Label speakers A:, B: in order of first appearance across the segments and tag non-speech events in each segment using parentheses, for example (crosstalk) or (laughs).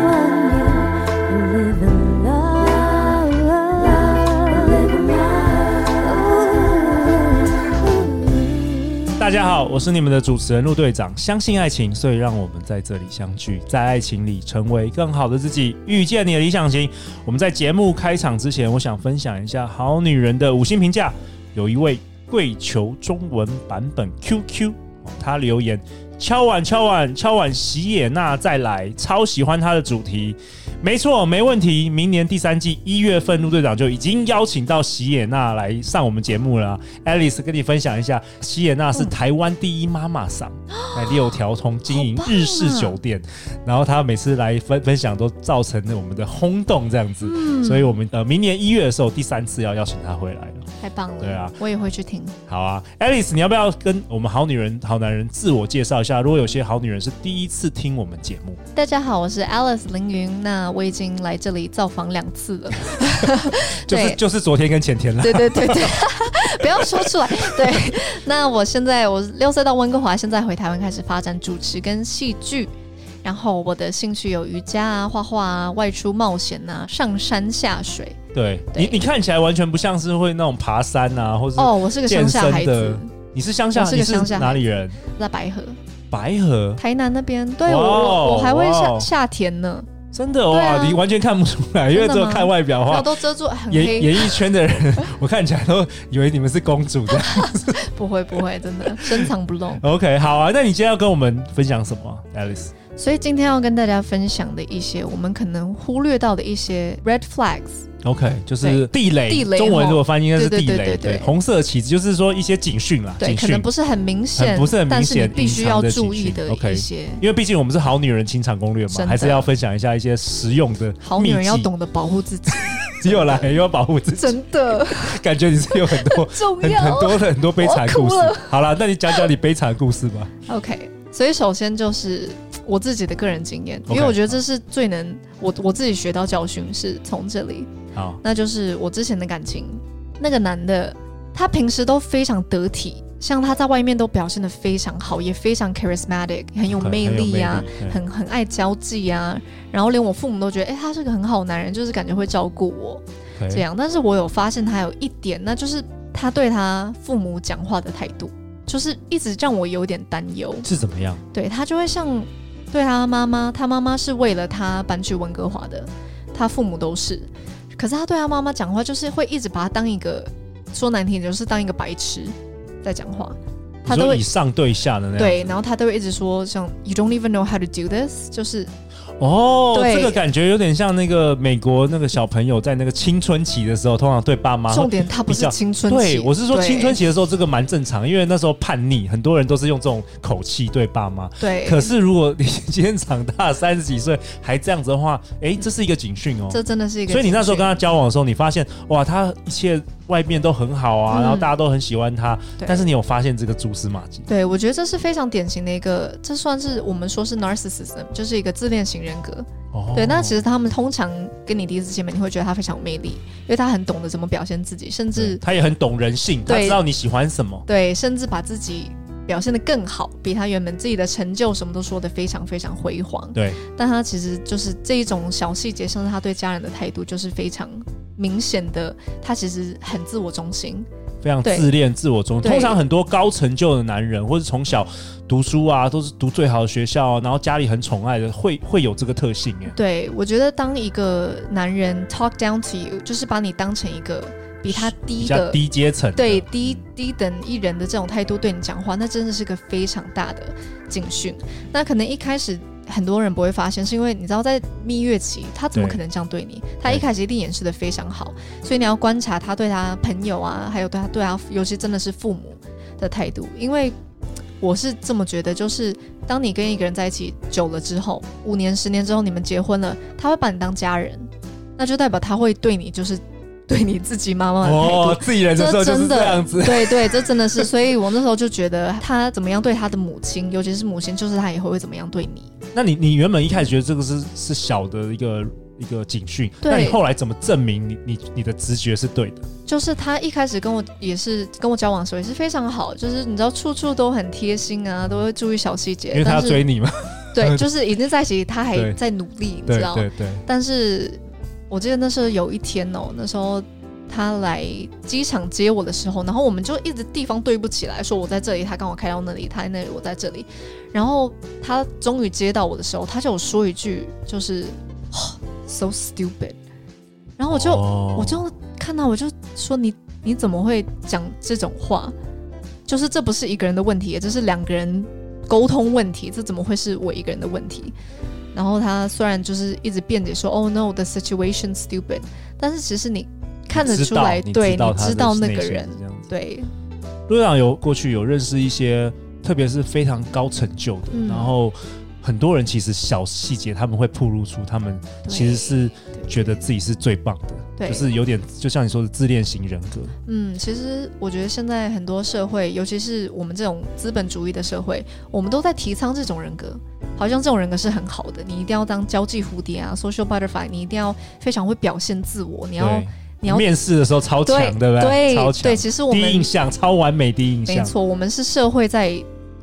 A: one, you live in love, love, live in love.
B: 大家好，我是你们的主持人陆队长。相信爱情，所以让我们在这里相聚，在爱情里成为更好的自己，遇见你的理想型。我们在节目开场之前，我想分享一下《好女人》的五星评价，有一位跪求中文版本 QQ，、哦、他留言：敲碗敲碗敲碗，席也娜再来，超喜欢他的主题。没错，没问题。明年第三季一月份，陆队长就已经邀请到席也娜来上我们节目了啊。Alice 跟你分享一下，席也娜是台湾第一妈妈桑，在六条通经营日式酒店，然后她每次来分分享都造成我们的轰动这样子，所以我们呃明年一月的时候第三次要邀请她回来了。
C: 太棒了！
B: 对啊，
C: 我也会去听。
B: 好啊，Alice，你要不要跟我们好女人、好男人自我介绍一下？如果有些好女人是第一次听我们节目，
C: 大家好，我是 Alice 凌云，那我已经来这里造访两次了。
B: (laughs) 就是
C: 对
B: 就是昨天跟前天啦。
C: 对 (laughs) 对对对，不要说出来。对，那我现在我六岁到温哥华，现在回台湾开始发展主持跟戏剧。然后我的兴趣有瑜伽啊、画画啊、外出冒险啊、上山下水。
B: 对
C: 对
B: 你，你看起来完全不像是会那种爬山啊，或是
C: 哦，我是个乡
B: 健
C: 下
B: 身
C: 孩
B: 的
C: 子，。
B: 你是乡下，
C: 我是个
B: 你是
C: 乡下
B: 哪
C: 孩
B: 里人？
C: 在白河、
B: 白河，
C: 台南那边。对
B: 哇
C: 我
B: 哦
C: 我我还会
B: 哇
C: 下
B: 哦
C: 下田呢，
B: 真的
C: 对
B: 哇，
C: 啊
B: 你完全看不出来，因为
C: 真的
B: 只有
C: 吗
B: 看外表的
C: 然后
B: 话，
C: 都遮住很
B: 演
C: 黑。
B: 演艺圈的
C: (laughs)
B: 人，我看起来都以为你们是公主的。
C: 不会不会，
B: (laughs)
C: 真的深藏不露。
B: OK，好啊，那你今天要跟我们分享什么啊，Alice？
C: 所以今天要跟大家分享的一些我们可能忽略到的一些 red flags，
B: OK，就是地雷，
C: 地雷
B: 中文
C: 吼
B: 如果翻译应该是
C: 对
B: 地
C: 对对
B: 雷，
C: 对对
B: 红色旗子就是说一些警讯啦，
C: 对，
B: 警
C: 可能
B: 讯。
C: 不是很明显，
B: 很不是很明显
C: 但是你必须要注意
B: 隐
C: 的
B: 藏的
C: 一些
B: 因为毕竟我们是好女人情场攻略
C: 真
B: 嘛，
C: 的
B: 还是要分享一下一些实用的
C: 好女人要
B: 秘籍。
C: 懂得保护自己，
B: 又来又要保护自
C: (laughs)
B: 己，
C: 真
B: (laughs)
C: 的
B: 感觉你是有很多
C: 重
B: 很很
C: 要。
B: 多很多悲惨的故事
C: 我要哭。
B: 好了，那你讲讲你悲惨的故事
C: (laughs)
B: 吧。
C: OK，所以首先就是我自己的个人经验，因为
B: OK
C: 我觉得这是最能我我自己学到教训是从这里，
B: 好，
C: 那就是我之前的感情，那个男的，他平时都非常得体，像他在外面都表现得非常好，也非常 charismatic，很有
B: OK，
C: 魅
B: 很有
C: 力啊呀、
B: 魅力对
C: 很很爱交际啊，然后连我父母都觉得，哎、他是个很好的男人，就是感觉会照顾我
B: OK
C: 这样。但是我有发现他有一点，那就是他对他父母讲话的态度，就是一直让我有点担忧。
B: 是怎么样？
C: 对他就会像对他妈妈，他妈妈是为了他搬去温哥华的，他父母都是。可是他对他妈妈讲话，就是会一直把他当一个说难听点，就是当一个白痴在讲话。他
B: 你
C: 都
B: 说
C: 会
B: 以上对啊下的那样。
C: 对，然后他都会一直说像 “You don't even know how to do this”，就是
B: 哦，
C: 对
B: 这个感觉有点像那个美国那个小朋友在那个青春期的时候，通常对爸妈会
C: 重点，他不
B: 比较
C: 是青春期。
B: 对，我是说
C: 对
B: 青春期的时候，这个蛮正常，因为那时候叛逆，很多人都是用这种口气对爸妈。
C: 对，
B: 可是如果你今天长大三十几岁还这样子的话，哎，这是一个警讯哦。
C: 这真的是一个。
B: 所以你那时候跟他交往的时候，你发现哇，他一切外面都很好啊，
C: 嗯
B: 然后大家都很喜欢他，
C: 对
B: 但是你有发现这个蛛丝马迹？
C: 对，我觉得这是非常典型的一个，这算是我们说是 narcissism，就是一个自恋型人格。
B: 哦
C: 对，那其实他们通常跟你第一次见面，你会觉得他非常有魅力，因为他很懂得怎么表现自己，甚至
B: 对他也很懂人性，他
C: 对
B: 知道你喜欢什么。
C: 对，甚至把自己表现得更好，比他原本自己的成就什么都说得非常非常辉煌。
B: 对，
C: 但他其实就是这一种小细节，像是他对家人的态度，就是非常明显的，他其实很自我中心。
B: 非常
C: 对
B: 自恋、自我中心。
C: 对
B: 通常很多高成就的男人，或是从小读书啊，都是读最好的学校、啊，然后家里很宠爱的，会会有这个特性哎。
C: 对我觉得，当一个男人 talk down to you，就是把你当成一个比他
B: 比
C: 低
B: 较
C: 的。
B: 低阶层的，
C: 对低低等一人的这种态度对你讲话，那真的是个非常大的警讯。那可能一开始很多人不会发现，是因为你知道在蜜月期，他怎么
B: 对
C: 可能这样对你？他
B: 对
C: 一开始一定掩饰的非常好，所以你要观察他对他朋友啊，还有对他对他，尤其真的是父母的态度，因为。我是这么觉得，就是当你跟一个人在一起久了之后，五年、十年之后，你们结婚了，他会把你当家人，那就代表他会对你就是对你自己妈妈的态度，
B: 哦，自己人的时候就是 (laughs) 这样子。
C: 对对，这真的是，所以我那时候就觉得他怎么样对他的母亲，尤其是母亲，就是他以后会怎么样对你。
B: 那你你原本一开始觉得这个是是小的一个一个警讯。
C: 对
B: 那你后来怎么证明你你你的直觉是对的？
C: 就是他一开始跟我也是跟我交往的时候也是非常好，就是你知道处处都很贴心啊，都会注意小细节。
B: 因为他要
C: 但是
B: 追你嘛。
C: 对，就是已经在一起，他还
B: 对
C: 在努力，你
B: 对
C: 知道吗？
B: 对对，
C: 但是我记得那时候有一天哦，那时候他来机场接我的时候，然后我们就一直地方对不起来，说我在这里，他刚好开到那里，他在那里，我在这里。然后他终于接到我的时候，他就有说一句，就是、 (gasps) 哦 so stupid。然后我就、
B: 哦
C: 我就看到我就说你你怎么会讲这种话？就是这不是一个人的问题，这是两个人沟通问题，这怎么会是我一个人的问题？然后他虽然就是一直辩解说，Oh no, the situation stupid，但是其实你看得
B: 知
C: 出
B: 道
C: 来，
B: 你
C: 对，
B: 知道
C: 你
B: 他
C: 知
B: 的
C: 道那
B: 内
C: 个
B: 心
C: 人
B: 是，这样子。
C: 对，
B: 陆队长有过去有认识一些，特别是非常高成就的，
C: 嗯
B: 然后很多人其实小细节他们会暴露出他们
C: 对
B: 其实是觉得自己是最棒的，
C: 对
B: 就是有点就像你说的自恋型人格。
C: 嗯，其实我觉得现在很多社会，尤其是我们这种资本主义的社会，我们都在提倡这种人格，好像这种人格是很好的，你一定要当交际蝴蝶啊，social butterfly，你一定要非常会表现自我，你要
B: 对，
C: 你要
B: 面试的时候超强
C: 对，
B: 对不
C: 对
B: 超
C: 对
B: 强，
C: 其实我
B: 第一印
C: 们
B: 象超完美，第一印
C: 没
B: 象。
C: 错，我们是社会在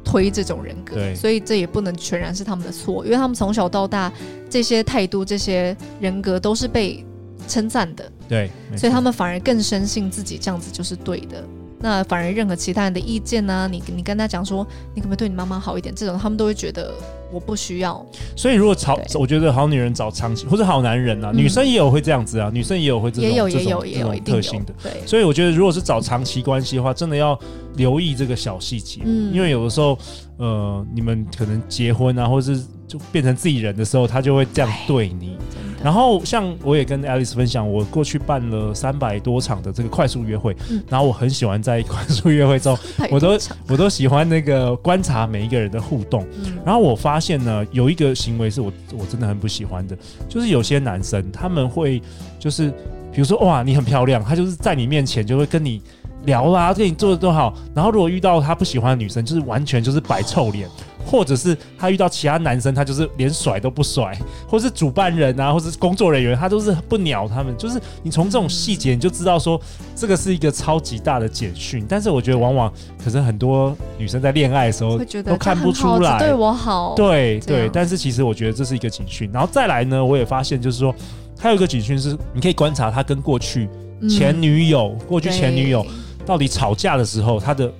C: 推这种人
B: 对
C: 格，所以这也不能全然是他们的错，因为他们从小到大这些态度、这些人格都是被称赞的，
B: 对，没错
C: 所以他们反而更深信自己这样子就是对的。那反而任何其他人的意见呢、你你跟他讲说，你可不可以对你妈妈好一点？这种他们都会觉得我不需要。
B: 所以如果找，
C: 对
B: 我觉得好女人找长期或者好男人啊，
C: 嗯
B: 女生也有会这样子啊，女生也有会这种
C: 也有也
B: 这种
C: 有也
B: 这
C: 有，
B: 种
C: 一定
B: 特
C: 有
B: 性的。。
C: 对，
B: 所以我觉得，如果是找长期关系的话，真的要留意这个小细节，
C: 嗯
B: 因为有的时候，呃，你们可能结婚啊，或者是就变成自己人的时候，他就会这样对你。
C: 真的。
B: 然后像我也跟 Alice 分享，我过去办了三百多场的这个快速约会，
C: 嗯
B: 然后我很喜欢在 (laughs) 快速约会中，
C: 拜
B: 我都
C: 托场
B: 我都喜欢那个观察每一个人的互动。
C: 嗯
B: 然后我发现呢，有一个行为是我我真的很不喜欢的，就是有些男生他们会就是，比如说哇你很漂亮，他就是在你面前就会跟你聊啦，跟你做的都好。然后如果遇到他不喜欢的女生，就是完全就是摆臭脸，或者是他遇到其他男生，他就是连甩都不甩，或是主办人啊，或是工作人员，他都是不鸟他们。就是你从这种细节你就知道说这个是一个超级大的简讯，但是我觉得往往可是很多女生在恋爱的时候
C: 会觉得
B: 都看
C: 他
B: 不
C: 很好
B: 出
C: 只
B: 来，
C: 对我好。
B: 对
C: 哦这样
B: 对，但是其实我觉得这是一个警讯。然后再来呢，我也发现就是说，还有一个警讯是，你可以观察他跟过去
C: 嗯
B: 前女友、过去前女友
C: 对
B: 到底吵架的时候，他的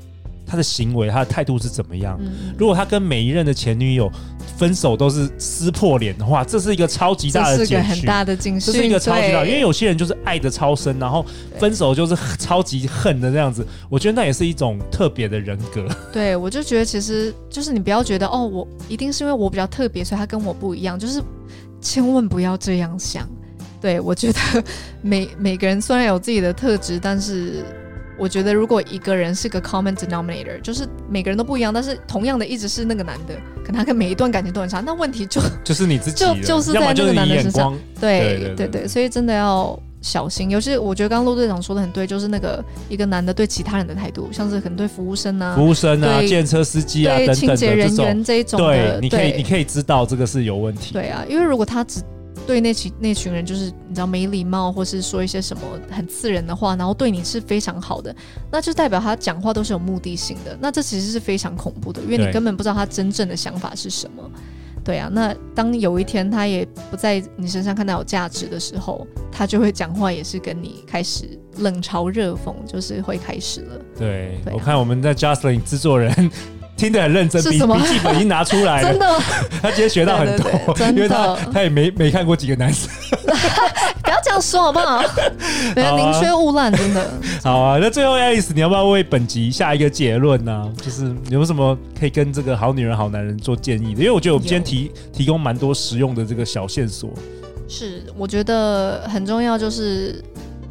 B: 他的行为、他的态度是怎么样。
C: 嗯，
B: 如果他跟每一任的前女友分手都是撕破脸的话，这是一个超级大
C: 这
B: 的
C: 是个
B: 警
C: 很
B: 讯。
C: 大的警
B: 这
C: 讯，
B: 是一个超级大，
C: 对
B: 因为有些人就是爱的超深，然后分手就是 (laughs) 超级恨的这样子。我觉得那也是一种特别的人格。 (laughs)
C: 对我就觉得其实就是你不要觉得哦，我一定是因为我比较特别，所以他跟我不一样，就是千万不要这样想。对我觉得 (laughs) 每每个人虽然有自己的特质，但是我觉得如果一个人是个 common denominator，就是每个人都不一样，但是同样的一直是那个男的，可能他跟每一段感情都很差，那问题就 (laughs)
B: 就是你自己了，
C: 就就是
B: 要么
C: 在那
B: 就是
C: 个
B: 你
C: 男的
B: 眼
C: 身上
B: 光对
C: 对
B: 对
C: 对
B: 对
C: 对所以真的要小心。尤其我觉得刚刚陆队长说的很对，就是那个一个男的对其他人的态度，像是可能对服务生啊、
B: 服务生啊、
C: 对
B: 建车司机啊等
C: 对
B: 等
C: 清
B: 的
C: 洁
B: 这
C: 人
B: 种，
C: 员这一种
B: 对
C: 的，，
B: 你可以你可以知道这个是有问题。
C: 对啊，因为如果他只对那群那群人就是你知道没礼貌，或是说一些什么很刺人的话，然后对你是非常好的，那就代表他讲话都是有目的性的。那这其实是非常恐怖的，因为
B: 对
C: 你根本不知道他真正的想法是什么。对啊，那当有一天他也不在你身上看到有价值的时候，他就会讲话也是跟你开始冷嘲热讽，就是会开始了。
B: 对
C: 对啊
B: 我看我们在 Justin 制作人 (laughs) 听得很认真，
C: 是
B: 笔
C: 什么
B: 笔记本已经拿出来
C: (laughs) 真
B: 了，
C: 的吗，
B: 他今天学到很
C: 对对
B: 多，
C: 对
B: (laughs) 因为
C: 真
B: 他
C: 的
B: 他也没没看过几个男生。
C: 不要这样说好
B: (laughs)
C: 不好？没有，
B: 好啊
C: 宁缺毋滥，真的。
B: 好啊，那最后 Alice，你要不要为本集下一个结论呢、就是有没有什么可以跟这个好女人、好男人做建议的？因为我觉得我们今天提提供蛮多实用的这个小线索。
C: 是，我觉得很重要，就是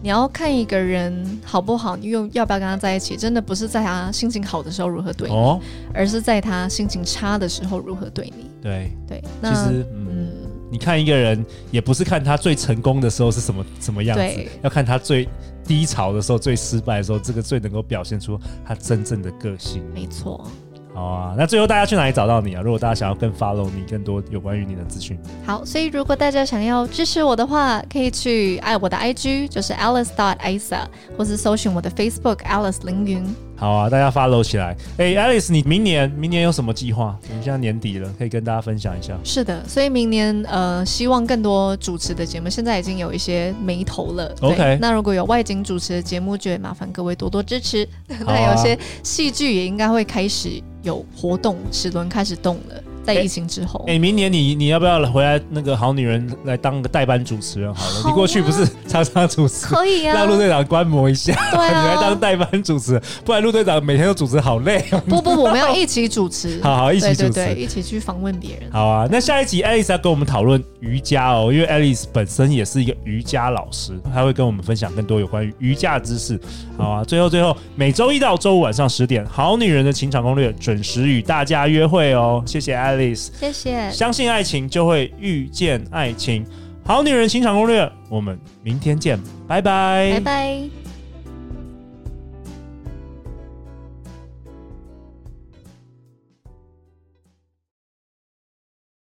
C: 你要看一个人好不好，你用要不要跟他在一起，真的不是在他心情好的时候如何对你，
B: 哦，
C: 而是在他心情差的时候如何对你。
B: 对，
C: 对，
B: 其
C: 那
B: 实嗯
C: 嗯，
B: 你看一个人，也不是看他最成功的时候是什么什么样子
C: 对，
B: 要看他最低潮的时候、最失败的时候，这个最能够表现出他真正的个性。
C: 没错，
B: 好啊，那最后大家去哪里找到你啊？如果大家想要更 follow 你，更多有关于你的资讯，
C: 好，所以如果大家想要支持我的话，可以去爱我的 IG，就是 Alice dot Isa，或是搜寻我的 Facebook Alice 凌云。
B: 好啊，大家 follow 起来。哎、a l i c e 你明年明年有什么计划？我们现在年底了，可以跟大家分享一下。
C: 是的，所以明年呃，希望更多主持的节目，现在已经有一些眉头了。对
B: OK
C: 那如果有外景主持的节目，就也麻烦各位多多
B: (laughs)
C: 支持。
B: 好啊
C: 那有些戏剧也应该会开始有活动，齿轮开始动了，在
B: 哎
C: 疫情之后。
B: 哎、明年你你要不要回来那个好女人来当个代班主持人好了？
C: 好啊
B: 你过去不是常常主持，
C: 可以啊，
B: 让陆队长观摩一下，
C: 对
B: (laughs) 你来当
C: 啊，
B: 代班主持人，不然陆队长每天都主持好
C: (laughs)
B: 累哦。
C: 不不不，我们要一起主持，
B: (laughs) 好好一起主持。
C: 对对对，一起去访问别人。
B: 好啊，那下一集 Alice 要跟我们讨论瑜伽哦，因为 Alice 本身也是一个瑜伽老师，她会跟我们分享更多有关于瑜伽知识。好啊，最后最后，每周一到周五晚上十点，《好女人的情场攻略》准时与大家约会哦。谢谢 Alice，
C: 谢谢，
B: 相信爱情就会遇见爱情，《好女人情场攻略》，我们明天见，拜拜
C: 拜拜。